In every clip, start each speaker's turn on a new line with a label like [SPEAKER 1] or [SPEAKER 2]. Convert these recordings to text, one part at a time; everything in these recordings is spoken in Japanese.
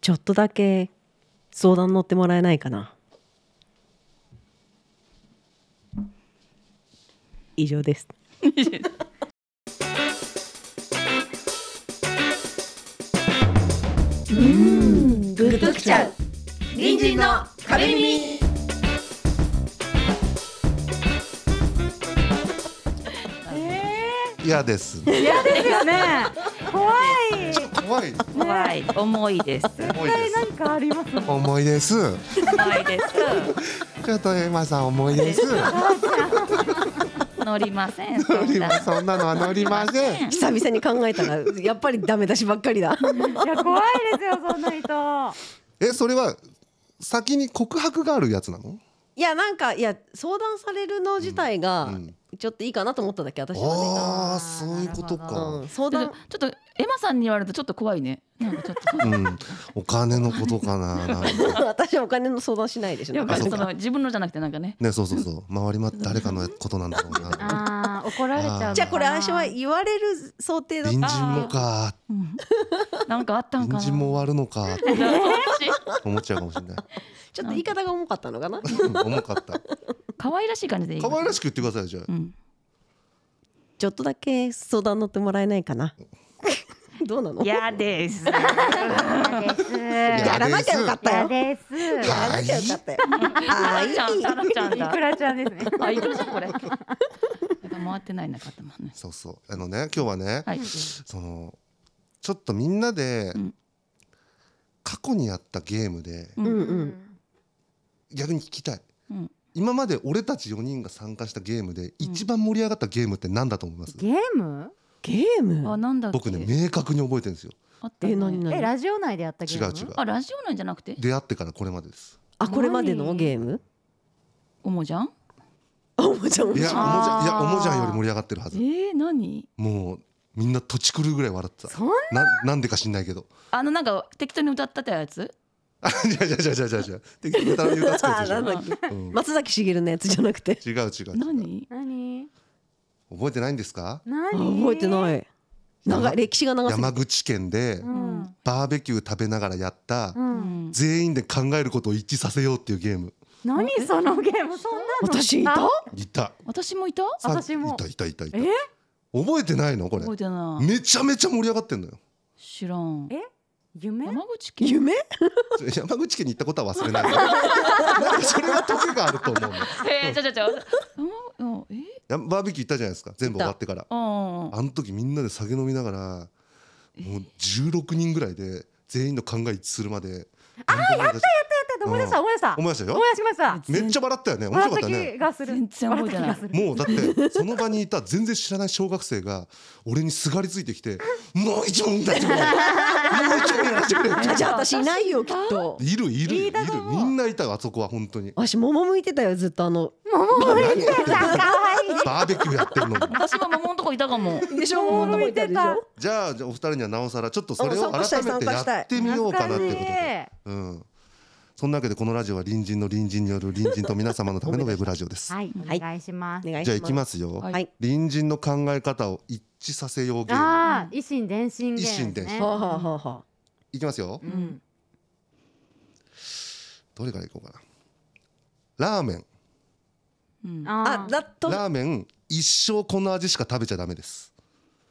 [SPEAKER 1] ちょっとだけ相談乗ってもらえないかな以上です
[SPEAKER 2] グッときちゃう隣人の壁耳
[SPEAKER 3] 嫌です。ち
[SPEAKER 4] 嫌ですよね。怖い。
[SPEAKER 3] ょっと怖い。
[SPEAKER 2] 怖い重いです
[SPEAKER 3] 重いです。
[SPEAKER 4] 何かあります。
[SPEAKER 3] 重いです。
[SPEAKER 2] 重いです
[SPEAKER 3] ちょっとエマさん重 いです。
[SPEAKER 2] 乗りません
[SPEAKER 3] 乗りま
[SPEAKER 2] そんな
[SPEAKER 3] そんなのは乗りません。
[SPEAKER 1] 久々に考えたらやっぱりダメ出しばっかりだ
[SPEAKER 4] いや怖いですよそんな人。
[SPEAKER 3] え、それは先に告白があるやつなの？
[SPEAKER 1] いやなんかいや相談されるの自体が
[SPEAKER 3] うん
[SPEAKER 1] ちょっといいかなと思っただけ私はね、
[SPEAKER 3] ああ、そういうこと
[SPEAKER 1] う
[SPEAKER 3] か。
[SPEAKER 1] ん、相
[SPEAKER 2] ちょっ
[SPEAKER 1] 談
[SPEAKER 2] とちょっとエマさんに言われるとちょっと怖いねなんかちょっと
[SPEAKER 3] うん、お金のことかな。なんか
[SPEAKER 1] 私はお金の相談しないで しょ
[SPEAKER 2] やっぱ
[SPEAKER 3] あ
[SPEAKER 2] り
[SPEAKER 3] そう
[SPEAKER 2] そ
[SPEAKER 3] か
[SPEAKER 2] の自分のじゃなくてなんかね
[SPEAKER 3] ね、そうそうそう、回りま誰かのことなんだろうな。
[SPEAKER 4] ああ怒られちゃうのかな。
[SPEAKER 1] じゃあこれ私は言われる想定だっ
[SPEAKER 3] 隣人もか、
[SPEAKER 2] うんなんかあったんか
[SPEAKER 3] 隣
[SPEAKER 2] な
[SPEAKER 3] 人も終わる のか、
[SPEAKER 2] えー
[SPEAKER 3] 思っちゃうかもしれない。
[SPEAKER 1] ちょっと言い方が重かったのかな
[SPEAKER 3] うん重かった。
[SPEAKER 2] 可愛らしい感じでいい
[SPEAKER 3] 可愛ら
[SPEAKER 2] しい
[SPEAKER 3] しく言ってくださいじゃあ。
[SPEAKER 1] ちょっとだけ相談乗ってもらえないかなどうなの
[SPEAKER 2] 嫌です
[SPEAKER 4] 嫌です。
[SPEAKER 1] やらなきゃよかった
[SPEAKER 4] 嫌
[SPEAKER 1] よ
[SPEAKER 4] です。
[SPEAKER 1] やらなきゃよかったよあ
[SPEAKER 2] タラちゃんタラちゃん
[SPEAKER 4] い
[SPEAKER 2] だ
[SPEAKER 4] くらちゃんですね。
[SPEAKER 2] あいくらじゃんこれなんか回ってないなかったもんね
[SPEAKER 3] そうそう、あのね、今日はね、
[SPEAKER 2] はい
[SPEAKER 3] そのちょっとみんなで、
[SPEAKER 2] うん
[SPEAKER 3] 過去にやったゲームで
[SPEAKER 2] う
[SPEAKER 1] うんんうん
[SPEAKER 3] 逆に聞きたい
[SPEAKER 2] うん
[SPEAKER 3] 今まで俺たち4人が参加したゲームで一番盛り上がったゲームって何だと思います、
[SPEAKER 4] ゲーム？
[SPEAKER 1] ゲー
[SPEAKER 2] あ
[SPEAKER 1] ム
[SPEAKER 2] なんだっけ
[SPEAKER 3] 僕ね明確に覚えてるんですよ
[SPEAKER 2] あった
[SPEAKER 1] え
[SPEAKER 2] ね
[SPEAKER 1] 何
[SPEAKER 4] え
[SPEAKER 1] 何
[SPEAKER 4] ラジオ内でやったゲ
[SPEAKER 3] 違
[SPEAKER 4] ー
[SPEAKER 3] う
[SPEAKER 4] ム？
[SPEAKER 3] 違う
[SPEAKER 2] あラジオなんじゃなくて
[SPEAKER 3] 出会ってからこれまでです
[SPEAKER 1] あこれまでの
[SPEAKER 4] 何
[SPEAKER 1] ゲーム
[SPEAKER 2] おもじゃん
[SPEAKER 1] あおもちゃおも
[SPEAKER 3] い
[SPEAKER 1] ち
[SPEAKER 3] や
[SPEAKER 1] ゃ
[SPEAKER 3] おもじ
[SPEAKER 4] あ
[SPEAKER 3] ゃ
[SPEAKER 4] ー
[SPEAKER 3] いやおもじゃんより盛り上がってるは
[SPEAKER 2] え
[SPEAKER 3] ず
[SPEAKER 2] ー、何
[SPEAKER 3] もうみんな土地狂うぐらい笑ってた
[SPEAKER 4] そん
[SPEAKER 3] ななんでか知んないけど
[SPEAKER 2] あのなんか適当に歌ったってやつ
[SPEAKER 3] いやいやいやいやいやいや適当に歌う歌つけて
[SPEAKER 1] あ
[SPEAKER 3] るじ
[SPEAKER 1] な
[SPEAKER 3] ゃ
[SPEAKER 1] ん
[SPEAKER 3] ん、
[SPEAKER 1] だっけ
[SPEAKER 3] うん
[SPEAKER 1] 松崎しげるのやつじゃなくて
[SPEAKER 3] 違う違う違う
[SPEAKER 2] 何
[SPEAKER 4] 何？
[SPEAKER 3] 覚えてないんですか
[SPEAKER 1] あ
[SPEAKER 4] 何？
[SPEAKER 1] 覚えて
[SPEAKER 4] い。
[SPEAKER 1] ない長い歴史が長すぎ
[SPEAKER 3] 山口県で
[SPEAKER 4] うん。
[SPEAKER 3] バーベキュー食べながらやった、
[SPEAKER 2] う
[SPEAKER 4] う。
[SPEAKER 2] んん
[SPEAKER 3] 全員で考えることを一致させようっていうゲーム
[SPEAKER 4] 何そのゲーム？そんなの？
[SPEAKER 1] 私いた
[SPEAKER 4] あ
[SPEAKER 3] いた
[SPEAKER 2] 私もいた
[SPEAKER 3] さ
[SPEAKER 4] 私も
[SPEAKER 3] いたいたいたいた
[SPEAKER 4] え
[SPEAKER 3] 覚えてないのこれ
[SPEAKER 2] 覚えてない
[SPEAKER 3] めちゃめちゃ盛り上がってんの よ
[SPEAKER 2] 知らん
[SPEAKER 4] え夢？
[SPEAKER 2] 山口県
[SPEAKER 1] 夢
[SPEAKER 3] 山口県に行ったことは忘れない なんかそれは時があると思うの
[SPEAKER 2] えー、じゃじゃじゃうんうんえ
[SPEAKER 3] やバーベキュー行ったじゃないですか全部終わってから
[SPEAKER 2] ああ
[SPEAKER 3] あの時みんなで酒飲みながらもう16人ぐらいで全員の考え一致するまでああやったやっ
[SPEAKER 4] 思い出した思い出した。
[SPEAKER 3] 思い出した
[SPEAKER 4] 思
[SPEAKER 3] よ
[SPEAKER 4] い出しました。
[SPEAKER 3] めっちゃ笑ったよね面
[SPEAKER 4] 笑
[SPEAKER 3] 白
[SPEAKER 4] っ
[SPEAKER 3] かった
[SPEAKER 4] た
[SPEAKER 3] ね
[SPEAKER 4] 気がする。
[SPEAKER 2] 全然覚えてない
[SPEAKER 4] 笑った気がする
[SPEAKER 3] もうだってその場にいた全然知らない小学生が俺にすがりついてきて「もう一問出してくれもう一問出してくれ」
[SPEAKER 1] あじゃあ私いないよきっと
[SPEAKER 3] いるいるい
[SPEAKER 4] い
[SPEAKER 3] る
[SPEAKER 4] たと思う
[SPEAKER 3] みんないたよあそこは本当に
[SPEAKER 1] 私桃向いてたよずっとあの
[SPEAKER 3] 何やってんのバーベキューやってんのに
[SPEAKER 2] 私も桃のとこいたかも
[SPEAKER 1] でしょ桃向いてたでしょ
[SPEAKER 3] じゃあじゃあお二人にはなおさらちょっとそれ
[SPEAKER 1] う
[SPEAKER 3] を
[SPEAKER 1] ん参加したい
[SPEAKER 3] 改めて
[SPEAKER 1] 参加したい
[SPEAKER 3] やってみようかなっていう
[SPEAKER 4] 懐
[SPEAKER 3] ことで
[SPEAKER 4] かしい
[SPEAKER 3] うんそんなわけでこのラジオは隣人の隣人による隣人と皆様のためのウェブラジオです
[SPEAKER 4] はい、
[SPEAKER 1] はい
[SPEAKER 4] お願いします。
[SPEAKER 1] お願いします
[SPEAKER 3] じゃあ行きますよ
[SPEAKER 2] はい
[SPEAKER 1] はい
[SPEAKER 3] 隣人の考え方を一致させようゲーム
[SPEAKER 4] ああ、維新伝心ゲームですね。
[SPEAKER 3] 維新伝心
[SPEAKER 1] はあはあはあはあ
[SPEAKER 3] いきますよ
[SPEAKER 4] うん。
[SPEAKER 3] どれからいこうかなラーメン
[SPEAKER 2] うん
[SPEAKER 1] あ
[SPEAKER 4] あ
[SPEAKER 1] だと
[SPEAKER 3] ラーメン一生この味しか食べちゃダメです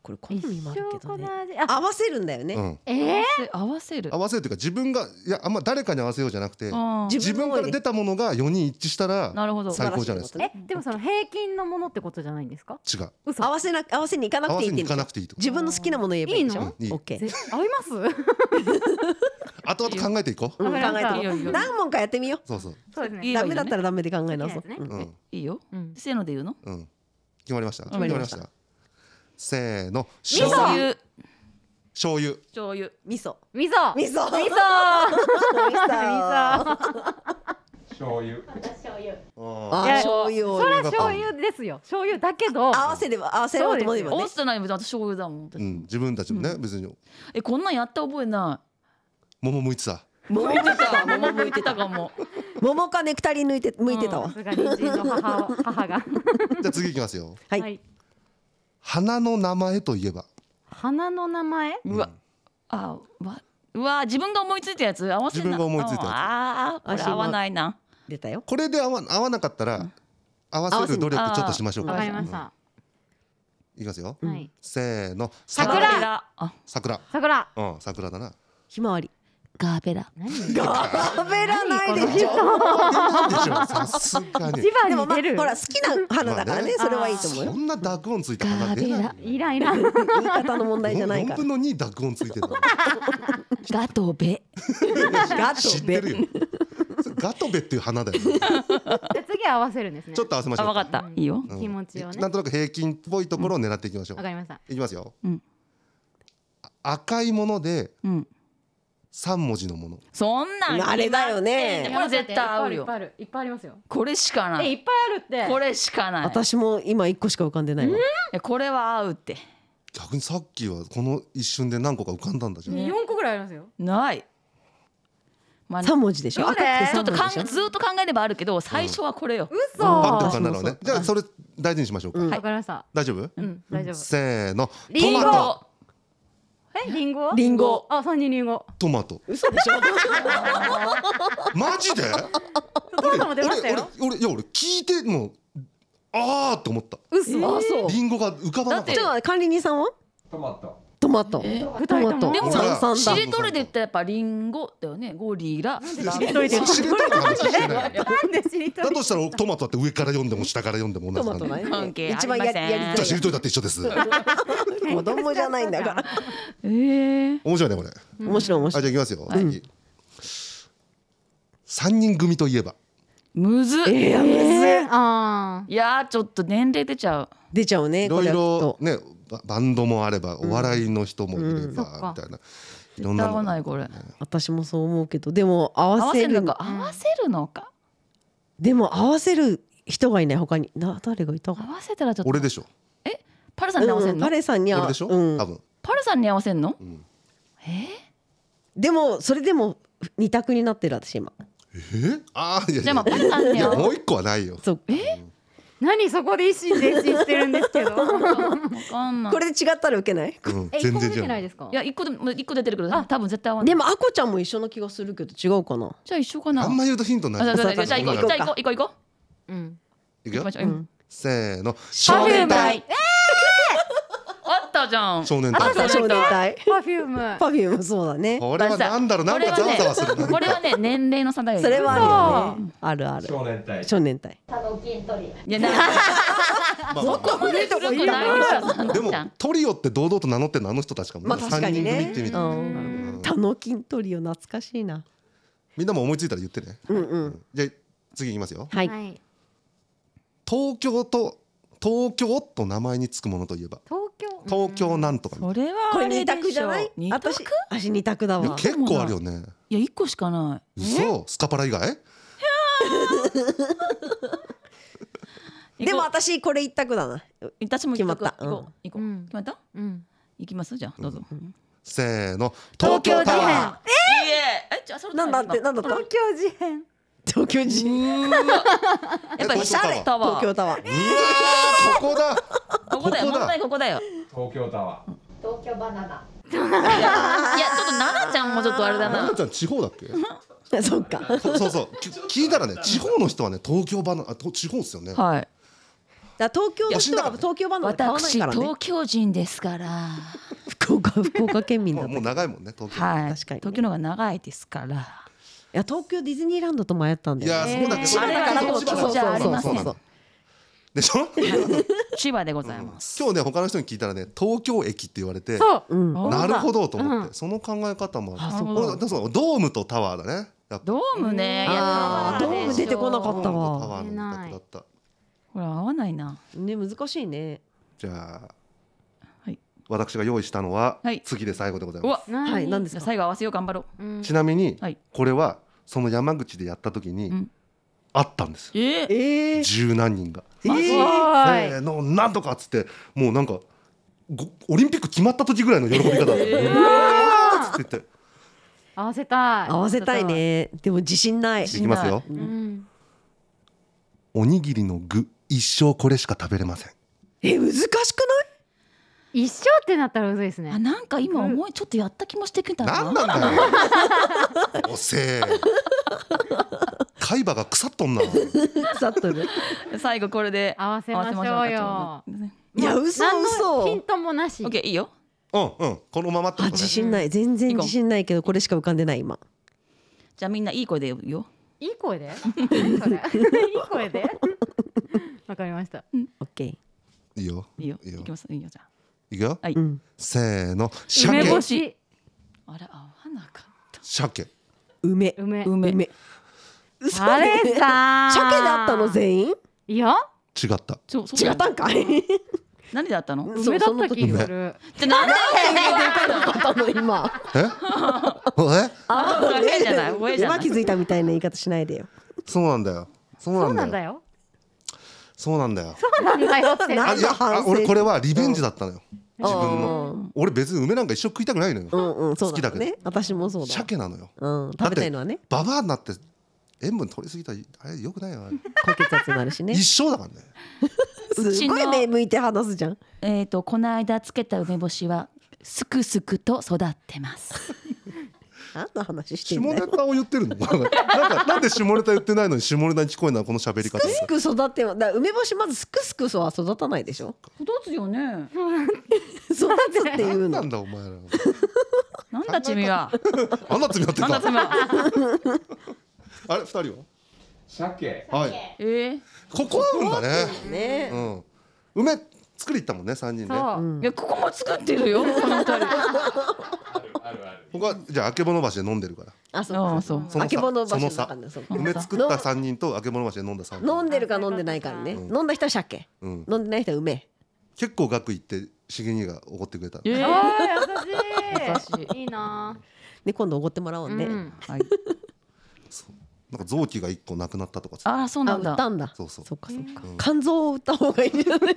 [SPEAKER 1] これ好
[SPEAKER 4] あ、
[SPEAKER 1] みもあるけどね
[SPEAKER 4] 一生この味。あ、
[SPEAKER 1] 合わせるんだよ
[SPEAKER 3] う
[SPEAKER 1] ね
[SPEAKER 3] ん
[SPEAKER 4] ええ
[SPEAKER 2] で合わせる
[SPEAKER 3] 合わせるというか自分がいやあんま誰かに合わせようじゃなくて
[SPEAKER 2] あー
[SPEAKER 1] 自
[SPEAKER 3] 自
[SPEAKER 1] 分の
[SPEAKER 3] 分から出たものが4人一致したら
[SPEAKER 2] なるほど
[SPEAKER 3] 最高じゃないです
[SPEAKER 1] 素晴らし
[SPEAKER 4] え、でもその平均のものってことじゃないんですか？
[SPEAKER 3] 違う
[SPEAKER 1] こと合わせな合わせに行かな
[SPEAKER 3] 合
[SPEAKER 1] く
[SPEAKER 3] わ
[SPEAKER 1] ていい
[SPEAKER 3] せ
[SPEAKER 1] って
[SPEAKER 3] に
[SPEAKER 1] 言
[SPEAKER 3] 行
[SPEAKER 1] うんで
[SPEAKER 3] か
[SPEAKER 1] しょ
[SPEAKER 3] なくていいと
[SPEAKER 1] 自分の好きなもの言えばいいんでしょ
[SPEAKER 3] いいの
[SPEAKER 1] オッケー
[SPEAKER 4] ぜ合います？
[SPEAKER 3] 後々考えていこう
[SPEAKER 1] うん考
[SPEAKER 4] わかりました
[SPEAKER 1] え
[SPEAKER 2] いい
[SPEAKER 1] て
[SPEAKER 2] よいいよ
[SPEAKER 1] 何問かやってみよ
[SPEAKER 3] そうそう
[SPEAKER 4] そうです
[SPEAKER 1] う
[SPEAKER 2] いいよ
[SPEAKER 4] ね。
[SPEAKER 1] ダメだったらダメで考え直そう
[SPEAKER 4] いいよね
[SPEAKER 1] う
[SPEAKER 3] うんん
[SPEAKER 2] いいよ
[SPEAKER 4] うん。
[SPEAKER 2] せーので言うの
[SPEAKER 3] うん決まりました
[SPEAKER 2] 決まりました
[SPEAKER 3] せーの
[SPEAKER 4] 噌
[SPEAKER 3] 醤
[SPEAKER 2] 醤
[SPEAKER 3] 油
[SPEAKER 2] 油
[SPEAKER 3] 醤油
[SPEAKER 2] 醤油
[SPEAKER 1] 味噌
[SPEAKER 4] 味噌。
[SPEAKER 1] 味噌 味噌味噌
[SPEAKER 4] 噌。
[SPEAKER 3] あ
[SPEAKER 1] あ
[SPEAKER 4] いや
[SPEAKER 1] 醤油
[SPEAKER 4] そ
[SPEAKER 1] を
[SPEAKER 4] れは 醤油ですよ。醤油だけど。
[SPEAKER 1] 合わせれば合わせようと思えば
[SPEAKER 2] オ
[SPEAKER 1] ね
[SPEAKER 2] ーストラリアも私醤油だもん
[SPEAKER 3] ー
[SPEAKER 2] 私
[SPEAKER 3] うん自分たちもね別に
[SPEAKER 2] えこんなんやった覚えな
[SPEAKER 3] 桃むいてた
[SPEAKER 2] い桃向いてた桃向いてたかも
[SPEAKER 1] 桃かネクタリン抜いて向いてたわ
[SPEAKER 4] さすが隣人の母を母が。
[SPEAKER 3] じゃあ次いきますよ
[SPEAKER 1] はい
[SPEAKER 4] い。
[SPEAKER 3] 花の名前といえば
[SPEAKER 4] 花の名前？
[SPEAKER 2] うわあわ
[SPEAKER 5] うわー自分が思いついたやつ合わせな
[SPEAKER 3] 自分が思いついたやつ
[SPEAKER 5] ああこれ合わないな
[SPEAKER 1] 出たよ
[SPEAKER 3] これで合わ合わなかったら、合わせる努力ちょっとしましょうか
[SPEAKER 4] わかりまし
[SPEAKER 3] うん
[SPEAKER 4] た。
[SPEAKER 3] いきますよ、
[SPEAKER 1] ん
[SPEAKER 4] はい。
[SPEAKER 3] せーの
[SPEAKER 4] 桜
[SPEAKER 5] あ
[SPEAKER 3] 桜
[SPEAKER 4] 桜。
[SPEAKER 3] うん桜だな
[SPEAKER 1] ひまわり
[SPEAKER 5] ガーベラ
[SPEAKER 4] 何？
[SPEAKER 2] 食べらないでしょ
[SPEAKER 3] なんでしょうさすがに
[SPEAKER 4] 千葉
[SPEAKER 2] でも
[SPEAKER 4] に
[SPEAKER 2] まあ
[SPEAKER 4] 出る。
[SPEAKER 2] ほら好きな花だからね
[SPEAKER 4] まあね
[SPEAKER 2] それはいいと思う
[SPEAKER 3] そ
[SPEAKER 2] よ
[SPEAKER 3] んな濁音ついた花出ないよ
[SPEAKER 4] いらんいらん。
[SPEAKER 1] 言い方の問題じゃない
[SPEAKER 3] 4
[SPEAKER 1] か
[SPEAKER 3] 分の2濁音ついてる
[SPEAKER 5] ガトベ
[SPEAKER 2] ガ
[SPEAKER 3] 知
[SPEAKER 2] ト
[SPEAKER 3] って
[SPEAKER 2] ベ
[SPEAKER 3] るよそれガトベっていう花だよね
[SPEAKER 4] じゃあ次合わせるんですね。
[SPEAKER 3] ちょっと合わせまし
[SPEAKER 5] あ
[SPEAKER 3] ょ
[SPEAKER 5] わ
[SPEAKER 3] う
[SPEAKER 5] かったいいよ
[SPEAKER 3] うん
[SPEAKER 4] 気持ちをね
[SPEAKER 3] なんとなく平均っぽいところを狙っていきましょう
[SPEAKER 4] わかりました。
[SPEAKER 3] いきますよ、
[SPEAKER 5] うん
[SPEAKER 3] あ赤いもので
[SPEAKER 5] うん
[SPEAKER 3] 3文字のもの
[SPEAKER 5] そんなん
[SPEAKER 1] あれだよね
[SPEAKER 5] これ絶対合う
[SPEAKER 4] いっ
[SPEAKER 5] よ
[SPEAKER 4] ぱいある。いっぱいありますよ。
[SPEAKER 5] これしかな
[SPEAKER 4] えい
[SPEAKER 5] い
[SPEAKER 4] っぱいあるって。
[SPEAKER 5] これしかない
[SPEAKER 1] 私も今一個しか浮かんでないわ
[SPEAKER 5] えこれは合うって
[SPEAKER 3] 逆にさっきはこの一瞬で何個か浮かんだんだじゃん、
[SPEAKER 4] ね四個ぐらいありますよ。
[SPEAKER 5] ないまあ
[SPEAKER 1] 三文字でしょ
[SPEAKER 5] ど
[SPEAKER 1] 赤く
[SPEAKER 5] れ
[SPEAKER 1] て
[SPEAKER 5] ち
[SPEAKER 1] 三
[SPEAKER 5] ょっと
[SPEAKER 1] 文
[SPEAKER 5] 考
[SPEAKER 1] 字
[SPEAKER 5] え
[SPEAKER 1] でし
[SPEAKER 5] ずっと考えればあるけど最初はこれよ
[SPEAKER 4] 嘘。
[SPEAKER 3] パッ
[SPEAKER 4] わ
[SPEAKER 3] と浮かんだのは
[SPEAKER 1] そ
[SPEAKER 3] ね
[SPEAKER 1] うそう
[SPEAKER 3] じゃあそれ大事にしましょうか、
[SPEAKER 1] うん
[SPEAKER 4] かりました。
[SPEAKER 3] 大丈夫、
[SPEAKER 4] うん大丈夫。
[SPEAKER 3] せーの
[SPEAKER 4] リンゴ
[SPEAKER 3] トマト
[SPEAKER 4] えリンゴ？
[SPEAKER 1] リンゴ
[SPEAKER 4] あ三人リンゴ。
[SPEAKER 3] トマト
[SPEAKER 1] ょ嘘でしょ
[SPEAKER 3] マジで
[SPEAKER 4] トマトも出ましたよ。
[SPEAKER 3] 俺俺俺いや俺聞いてもうあーって思った
[SPEAKER 1] 嘘あそう
[SPEAKER 3] リンゴが浮かばなかった
[SPEAKER 1] ちょっと待って管理人さんは
[SPEAKER 6] トマト
[SPEAKER 1] トマト
[SPEAKER 4] 二
[SPEAKER 1] ト
[SPEAKER 4] 人
[SPEAKER 1] マ
[SPEAKER 4] と
[SPEAKER 1] ト
[SPEAKER 4] も。
[SPEAKER 5] でも
[SPEAKER 3] ほら
[SPEAKER 1] さん
[SPEAKER 5] し
[SPEAKER 1] さんだ
[SPEAKER 5] りとりで言ったらやっぱリンゴだよねゴリラ
[SPEAKER 3] 知りとりで知りとりの話してないだ
[SPEAKER 4] なんでしりとり
[SPEAKER 3] としたらトマトだって上から読んでも下から読んでも同
[SPEAKER 1] ト
[SPEAKER 3] じ
[SPEAKER 1] マ
[SPEAKER 3] な
[SPEAKER 1] ト
[SPEAKER 3] んで
[SPEAKER 1] ない
[SPEAKER 3] じ
[SPEAKER 5] 関係あ
[SPEAKER 1] 一
[SPEAKER 5] り
[SPEAKER 1] 番
[SPEAKER 5] ま
[SPEAKER 1] や
[SPEAKER 5] せん
[SPEAKER 1] や
[SPEAKER 3] ゃあ
[SPEAKER 1] り
[SPEAKER 3] し
[SPEAKER 1] づ
[SPEAKER 3] りとりだって一緒です
[SPEAKER 1] 子供じゃないんだから
[SPEAKER 5] えー、
[SPEAKER 3] 面白いねこれあ
[SPEAKER 1] 面白い面
[SPEAKER 3] じゃ
[SPEAKER 1] 白
[SPEAKER 3] あ
[SPEAKER 1] い
[SPEAKER 3] いきますよ、次三人組といえば
[SPEAKER 5] むずっ
[SPEAKER 1] いやむずい
[SPEAKER 4] あ
[SPEAKER 5] いやーちょっと年齢出ちゃう
[SPEAKER 1] 出ちゃうね
[SPEAKER 3] い
[SPEAKER 1] こ
[SPEAKER 3] ろい
[SPEAKER 1] れ
[SPEAKER 3] ろ
[SPEAKER 1] と
[SPEAKER 3] ねババンドもあればお笑いの人もいれ
[SPEAKER 1] うん
[SPEAKER 3] ばみたいな、いろん
[SPEAKER 5] 絶対
[SPEAKER 3] な
[SPEAKER 5] 合わない
[SPEAKER 3] の
[SPEAKER 5] これ
[SPEAKER 1] 私もそう思うけどでも合
[SPEAKER 5] 合
[SPEAKER 1] わ
[SPEAKER 5] わ
[SPEAKER 1] せ
[SPEAKER 5] せる
[SPEAKER 1] る
[SPEAKER 5] のか合わせるのか
[SPEAKER 1] でも合わせる人がいない他にな誰がいたか
[SPEAKER 5] 合わせたらちょっと
[SPEAKER 3] 俺でしょ
[SPEAKER 5] パルさんに合わせん
[SPEAKER 1] うん
[SPEAKER 5] の、
[SPEAKER 1] パレさんには
[SPEAKER 3] 俺でしょ、
[SPEAKER 1] うん
[SPEAKER 3] 多分
[SPEAKER 5] パルさんに合わせんの、
[SPEAKER 3] ん
[SPEAKER 5] え
[SPEAKER 1] でもそれでも二択になってる私今
[SPEAKER 3] えああいやい
[SPEAKER 5] じゃあまあパ
[SPEAKER 3] や
[SPEAKER 5] ルさん
[SPEAKER 3] い
[SPEAKER 5] に合
[SPEAKER 3] や
[SPEAKER 5] わ
[SPEAKER 3] もう一個はないよ
[SPEAKER 1] そう
[SPEAKER 4] ー何そこで一心伝心してるんですけど。
[SPEAKER 5] わかんない
[SPEAKER 1] これで違ったら受けない
[SPEAKER 3] うん
[SPEAKER 4] え一個
[SPEAKER 3] 全
[SPEAKER 4] も
[SPEAKER 3] 然
[SPEAKER 4] 出
[SPEAKER 3] 違
[SPEAKER 4] てないうですか
[SPEAKER 5] い？や一個でも一個出てるけどあ多分絶対合わない
[SPEAKER 1] でもあこちゃんも一緒な気がするけど違うかな
[SPEAKER 5] じゃあ一緒かな
[SPEAKER 3] あんま言うとヒントに
[SPEAKER 5] あ
[SPEAKER 3] な
[SPEAKER 5] そうそ
[SPEAKER 3] い
[SPEAKER 5] うそうじゃあ行こう
[SPEAKER 1] 行こう
[SPEAKER 5] じゃあ行こう行こう行こ
[SPEAKER 4] うん。
[SPEAKER 3] い
[SPEAKER 5] う行
[SPEAKER 3] く
[SPEAKER 5] き
[SPEAKER 3] よ
[SPEAKER 5] ましょう、うん、
[SPEAKER 3] せーの
[SPEAKER 5] パ
[SPEAKER 3] 少
[SPEAKER 5] フュー
[SPEAKER 3] 年
[SPEAKER 5] ム
[SPEAKER 3] 隊
[SPEAKER 5] えあったじゃん
[SPEAKER 3] 少年隊
[SPEAKER 1] 少年隊
[SPEAKER 4] パフューム。
[SPEAKER 1] パフュームそうだね
[SPEAKER 3] これはなんだろうなんかざわざわするな
[SPEAKER 5] これはね年齢の差だよ
[SPEAKER 1] それはあるよねあるある
[SPEAKER 6] 少年隊
[SPEAKER 1] 少年隊
[SPEAKER 5] いやなんか
[SPEAKER 3] まあまあまあ
[SPEAKER 5] 古いとこ行ったな
[SPEAKER 3] でもトリオって堂々と名乗ってるのあの人たちかも
[SPEAKER 1] まあ確かに
[SPEAKER 3] 三人
[SPEAKER 1] ね
[SPEAKER 3] 組ってみたいな
[SPEAKER 1] うんたのきんトリオ懐かしいな
[SPEAKER 3] みんなも思いついたら言ってね
[SPEAKER 1] うんうん
[SPEAKER 3] じゃあ次いきますよ
[SPEAKER 1] はい
[SPEAKER 4] い。
[SPEAKER 3] 東京と東京と名前につくものといえば
[SPEAKER 4] 東京。
[SPEAKER 3] 東京なんとか
[SPEAKER 5] それは
[SPEAKER 1] これ
[SPEAKER 5] あでしょ
[SPEAKER 1] 二択じゃない
[SPEAKER 5] 二択
[SPEAKER 1] 私私二択だ
[SPEAKER 3] でも
[SPEAKER 1] わ
[SPEAKER 3] 結構あるよね
[SPEAKER 5] いや一個しかな
[SPEAKER 3] 嘘スカパラ以外
[SPEAKER 5] い
[SPEAKER 1] でも私これ一択だな
[SPEAKER 5] 私も一択
[SPEAKER 1] 決まった
[SPEAKER 5] 行こう行こう
[SPEAKER 4] うん
[SPEAKER 5] 決まった
[SPEAKER 4] うん。
[SPEAKER 5] 行きますじゃあどうぞ
[SPEAKER 3] せーの
[SPEAKER 5] 東京
[SPEAKER 3] タ
[SPEAKER 5] 事変
[SPEAKER 3] ワ
[SPEAKER 5] いええじゃあそれ
[SPEAKER 1] なんだってなんだった
[SPEAKER 4] 東京事変。
[SPEAKER 1] 東京人
[SPEAKER 3] ー
[SPEAKER 5] やっぱり
[SPEAKER 3] 東京タワー
[SPEAKER 5] タワ
[SPEAKER 1] 東京
[SPEAKER 5] ー
[SPEAKER 1] タワー
[SPEAKER 3] うわーここだ
[SPEAKER 5] ここだよ
[SPEAKER 3] ここだ
[SPEAKER 5] 問題ここだよ
[SPEAKER 6] 東京タワー
[SPEAKER 2] 東京バナナ
[SPEAKER 5] いやいやちょっと奈々ちゃんもちょっとあれだ
[SPEAKER 3] 奈
[SPEAKER 5] な
[SPEAKER 3] 々ちゃん地方だっけ
[SPEAKER 1] そっか。
[SPEAKER 3] そうそうそうき聞いたらね地方の人はね東京バナあと地方ですよね
[SPEAKER 5] はい
[SPEAKER 1] だから東京の人は東京バナナ買わない
[SPEAKER 5] 私
[SPEAKER 1] からね
[SPEAKER 5] 東。京人ですから
[SPEAKER 1] 福岡福岡県民
[SPEAKER 3] も
[SPEAKER 1] だっ
[SPEAKER 3] う
[SPEAKER 1] た。
[SPEAKER 3] もう
[SPEAKER 1] い
[SPEAKER 3] 長いもんね東京
[SPEAKER 5] はい
[SPEAKER 1] 確かに
[SPEAKER 5] 東京の方が長いですから
[SPEAKER 1] や東京ディズニーランドと迷ったんだ
[SPEAKER 3] いや
[SPEAKER 1] よね。
[SPEAKER 3] ーそうだっけそう
[SPEAKER 5] あれ
[SPEAKER 3] だっ
[SPEAKER 5] は
[SPEAKER 3] け
[SPEAKER 5] でも
[SPEAKER 3] そう
[SPEAKER 5] そうじゃありませ
[SPEAKER 3] そうんなんだでしょ
[SPEAKER 5] 千葉でございます
[SPEAKER 3] 今日ね他の人に聞いたらね東京駅って言われて
[SPEAKER 4] そう。
[SPEAKER 1] う。ん。
[SPEAKER 5] 本当だ
[SPEAKER 3] なるほどと思って、
[SPEAKER 4] うん
[SPEAKER 3] その考え方も
[SPEAKER 1] あ
[SPEAKER 3] あ
[SPEAKER 1] そ
[SPEAKER 5] な
[SPEAKER 1] う
[SPEAKER 5] るほど
[SPEAKER 3] るそうそうドームとタワーだねやっぱ
[SPEAKER 5] ドームねいや
[SPEAKER 1] あー
[SPEAKER 5] タ
[SPEAKER 1] ド
[SPEAKER 5] ワ
[SPEAKER 1] ーム
[SPEAKER 5] でしょ
[SPEAKER 1] 出てこなかった
[SPEAKER 3] ドームとタ
[SPEAKER 1] わ。
[SPEAKER 3] ワーの二択だった
[SPEAKER 5] ほら合わないな
[SPEAKER 1] ね難しいね。
[SPEAKER 3] じゃあ、
[SPEAKER 5] はい
[SPEAKER 3] 私が用意したのは、
[SPEAKER 5] はい
[SPEAKER 3] 次で最後でございうま
[SPEAKER 5] わ
[SPEAKER 4] 何
[SPEAKER 1] はい何です
[SPEAKER 5] じゃあ
[SPEAKER 1] か。
[SPEAKER 5] 最後合わせよう頑張ろう
[SPEAKER 4] うん
[SPEAKER 3] すちなみに、
[SPEAKER 5] はい
[SPEAKER 3] これはその山口でやった時に、
[SPEAKER 5] うん
[SPEAKER 3] あったんですよ
[SPEAKER 5] ええ
[SPEAKER 1] ええ。
[SPEAKER 3] 十何人が
[SPEAKER 1] えー
[SPEAKER 3] 「せ
[SPEAKER 4] は
[SPEAKER 3] ーのなんとか」っつってもうなんかごオリンピック決まった時ぐらいの喜び方だった、うわ ーっつって言って
[SPEAKER 4] 合わせたい。
[SPEAKER 1] 合わせたいね。でも自信ない。
[SPEAKER 3] いきますよ
[SPEAKER 4] うん。
[SPEAKER 3] おにぎりの具一生これしか食べれません
[SPEAKER 1] え難しくない？
[SPEAKER 4] 一生ってなったらうずいです
[SPEAKER 5] あ
[SPEAKER 4] ね
[SPEAKER 5] なんか今思いちょっとやった気もしてきた
[SPEAKER 3] なんなんだよ。 おせえ。海馬が腐っと んな。
[SPEAKER 1] 腐っとる。
[SPEAKER 5] 最後これで
[SPEAKER 4] 合わせましょうよ
[SPEAKER 1] いや嘘
[SPEAKER 4] 何の
[SPEAKER 1] 嘘
[SPEAKER 4] ヒントもなし
[SPEAKER 5] オッケーいいよ
[SPEAKER 3] うんうん。このままって
[SPEAKER 1] あ
[SPEAKER 3] こと
[SPEAKER 1] 自
[SPEAKER 3] ね。
[SPEAKER 1] 信ない全然自信ないけどこれしか浮かんでない今。
[SPEAKER 5] じゃあみんないい声で言うよ
[SPEAKER 4] いい声で何それいい声でわかりました
[SPEAKER 1] オッケー。
[SPEAKER 3] いいよ。
[SPEAKER 5] いいよ
[SPEAKER 3] いいよ
[SPEAKER 5] いきますいいよじゃ
[SPEAKER 3] いくよ。
[SPEAKER 5] はい
[SPEAKER 1] うん。
[SPEAKER 3] せーの。
[SPEAKER 5] 梅
[SPEAKER 3] 鮭
[SPEAKER 5] 干。しああれ合わなかっ
[SPEAKER 3] 鮭。
[SPEAKER 1] 梅。
[SPEAKER 4] 梅
[SPEAKER 5] た梅
[SPEAKER 1] 梅。嘘
[SPEAKER 4] あれ
[SPEAKER 1] 鮭
[SPEAKER 4] さー
[SPEAKER 1] だったの全員？
[SPEAKER 4] いや
[SPEAKER 3] 違った。
[SPEAKER 5] そうそう
[SPEAKER 1] 違ったんかい。
[SPEAKER 5] 何であったの
[SPEAKER 1] そう
[SPEAKER 4] 梅だった気
[SPEAKER 3] その
[SPEAKER 4] す
[SPEAKER 3] 時
[SPEAKER 4] る
[SPEAKER 5] じゃなんで
[SPEAKER 1] だった の今。
[SPEAKER 3] え？え？
[SPEAKER 1] あ
[SPEAKER 5] それじ ゃない上じゃな
[SPEAKER 1] 今
[SPEAKER 5] い
[SPEAKER 1] 気づいたみたいな言い方しないでよ。
[SPEAKER 3] そうなんだよ。そう
[SPEAKER 4] そ
[SPEAKER 3] な
[SPEAKER 4] うんなん
[SPEAKER 3] だ
[SPEAKER 4] だ
[SPEAKER 3] よ。
[SPEAKER 4] よ
[SPEAKER 3] そうなんだよ。
[SPEAKER 4] そうなんだよって
[SPEAKER 1] な
[SPEAKER 3] あ
[SPEAKER 1] ん
[SPEAKER 3] い
[SPEAKER 1] だ
[SPEAKER 3] や、
[SPEAKER 1] 反
[SPEAKER 3] あ
[SPEAKER 1] 省
[SPEAKER 3] 俺これはリベンジだったのよ。
[SPEAKER 1] 自
[SPEAKER 3] 分の俺別に梅なんか一生食いたくないのよ。
[SPEAKER 1] うんうんそう
[SPEAKER 3] 好き
[SPEAKER 1] だ
[SPEAKER 3] だけど
[SPEAKER 1] ね。私もそうだ。
[SPEAKER 3] 鮭なのよ。
[SPEAKER 1] うん食べたいのはね
[SPEAKER 3] ババアになって塩分取りすぎたらあれ良くないよ。あれ
[SPEAKER 1] 高血圧になるしね。
[SPEAKER 3] 一生だからね。
[SPEAKER 1] すごい目向いて話すじゃん。
[SPEAKER 5] えっとこの間つけた梅干しはすくすくと育ってます
[SPEAKER 1] 何の話して
[SPEAKER 3] 下
[SPEAKER 1] んだ
[SPEAKER 3] ネ
[SPEAKER 1] よ。
[SPEAKER 3] タを言ってるの。なんかなんで下ネタ言ってないのに下ネタに聞こえないこの喋り
[SPEAKER 1] す
[SPEAKER 3] 方。
[SPEAKER 1] くすく育ってはだから梅干しまずすくすくは育たないでし ょ。
[SPEAKER 5] 育つよね
[SPEAKER 1] 育つってい
[SPEAKER 3] な
[SPEAKER 1] うん
[SPEAKER 3] な
[SPEAKER 1] の
[SPEAKER 3] ん。だお前ら。
[SPEAKER 5] なんだちみは
[SPEAKER 3] あんな罪やって
[SPEAKER 5] なんだち み
[SPEAKER 3] た。
[SPEAKER 5] は
[SPEAKER 3] あれ二人
[SPEAKER 6] 鮭
[SPEAKER 3] は。はい。
[SPEAKER 5] えー
[SPEAKER 3] ここ合うんだね。
[SPEAKER 1] ね。
[SPEAKER 3] うん。梅作り行ったもんね三人ね。
[SPEAKER 4] そう、
[SPEAKER 5] いやここも作ってるよこの二人
[SPEAKER 6] あるあるある
[SPEAKER 3] 僕はじゃああけぼの橋で飲んでるから。
[SPEAKER 1] あそう
[SPEAKER 5] あ
[SPEAKER 1] か
[SPEAKER 5] あ
[SPEAKER 1] そ
[SPEAKER 5] そうう
[SPEAKER 1] か。あけぼの場所の中
[SPEAKER 3] そ
[SPEAKER 1] でそうか
[SPEAKER 3] 梅作った三人とあけぼの橋で飲んだ三人。
[SPEAKER 1] 飲んでるか飲んでないからね。
[SPEAKER 3] うん
[SPEAKER 1] 飲んだ人は鮭。
[SPEAKER 3] うん。
[SPEAKER 1] 飲んでない人は梅。
[SPEAKER 3] 結構額いって茂兄が怒ってくれた。
[SPEAKER 5] え
[SPEAKER 4] お
[SPEAKER 5] ー
[SPEAKER 4] ー優しいいいな
[SPEAKER 1] で今度おごってもらお
[SPEAKER 4] ー
[SPEAKER 1] うね。
[SPEAKER 4] うん
[SPEAKER 5] はい
[SPEAKER 3] なんか臓器が一個なくなったとかさ。
[SPEAKER 5] あらそう
[SPEAKER 1] あ
[SPEAKER 5] な
[SPEAKER 1] 売
[SPEAKER 5] ん
[SPEAKER 1] っ
[SPEAKER 5] だ
[SPEAKER 1] たんだ。
[SPEAKER 3] そうそう
[SPEAKER 1] そっかそっか
[SPEAKER 3] う。ん
[SPEAKER 1] 肝臓を売った方がいいんじゃない。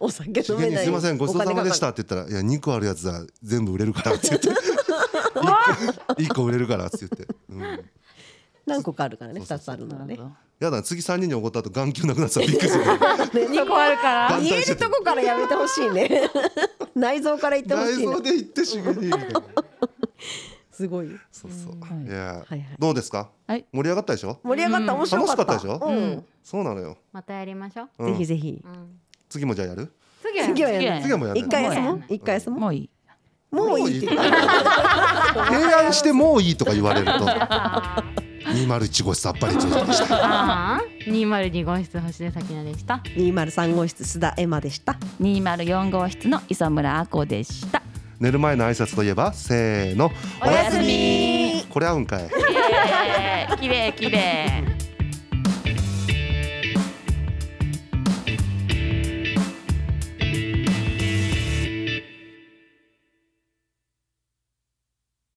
[SPEAKER 1] お酒飲
[SPEAKER 3] 茂
[SPEAKER 1] め
[SPEAKER 3] 兄
[SPEAKER 1] ない。
[SPEAKER 3] すいませんごちそうさまでした
[SPEAKER 1] お
[SPEAKER 3] って言ったらいや肉あるやつは全部売れるからって言って 一個一個売れるからって言って。うん
[SPEAKER 1] 金かかる。何個かあるからね。
[SPEAKER 3] そうそう
[SPEAKER 1] 二つあるのらね。
[SPEAKER 3] やだ次三人に怒った後眼球なくなってたらびっくり する。
[SPEAKER 4] そこあるから
[SPEAKER 3] 眼帯
[SPEAKER 1] 言え
[SPEAKER 3] して
[SPEAKER 1] る
[SPEAKER 3] て
[SPEAKER 1] とこからやめてほしい ね。内臓から言ってほ
[SPEAKER 3] 内
[SPEAKER 1] しい
[SPEAKER 3] 臓
[SPEAKER 1] の。
[SPEAKER 3] で行って茂兄みたいな。
[SPEAKER 1] すごい。
[SPEAKER 3] そうそう。
[SPEAKER 5] はい
[SPEAKER 3] いや
[SPEAKER 1] はいはい
[SPEAKER 3] どうですか
[SPEAKER 5] はい。
[SPEAKER 3] 盛り上がったでしょ。
[SPEAKER 1] 盛り上がった
[SPEAKER 5] うん
[SPEAKER 1] 面白かった。
[SPEAKER 3] 楽しかったでしょそうなのよ。
[SPEAKER 4] またやりましょう、
[SPEAKER 3] う
[SPEAKER 1] う
[SPEAKER 3] ん
[SPEAKER 1] ん。ぜひぜひ
[SPEAKER 4] う。ん、
[SPEAKER 3] 次もじゃあやる。
[SPEAKER 4] 次は
[SPEAKER 1] 次はや
[SPEAKER 5] や
[SPEAKER 1] る
[SPEAKER 5] る。
[SPEAKER 3] 次はもうやる。
[SPEAKER 1] 一回休も
[SPEAKER 4] う。
[SPEAKER 1] うん一回休も
[SPEAKER 5] もういい。
[SPEAKER 1] う。もういいって言っ
[SPEAKER 3] 提案してもういいとか言われると
[SPEAKER 4] あ
[SPEAKER 3] 201号室さっぱり通じました。
[SPEAKER 4] あ202号室星出咲菜でした
[SPEAKER 1] た。二丸三号室須田エマでした。
[SPEAKER 5] 二マル四号室の磯村あこでした。
[SPEAKER 3] 寝る前の挨拶といえばせーの。
[SPEAKER 4] おやすみ
[SPEAKER 3] これ合うんかい。
[SPEAKER 5] 綺麗綺麗。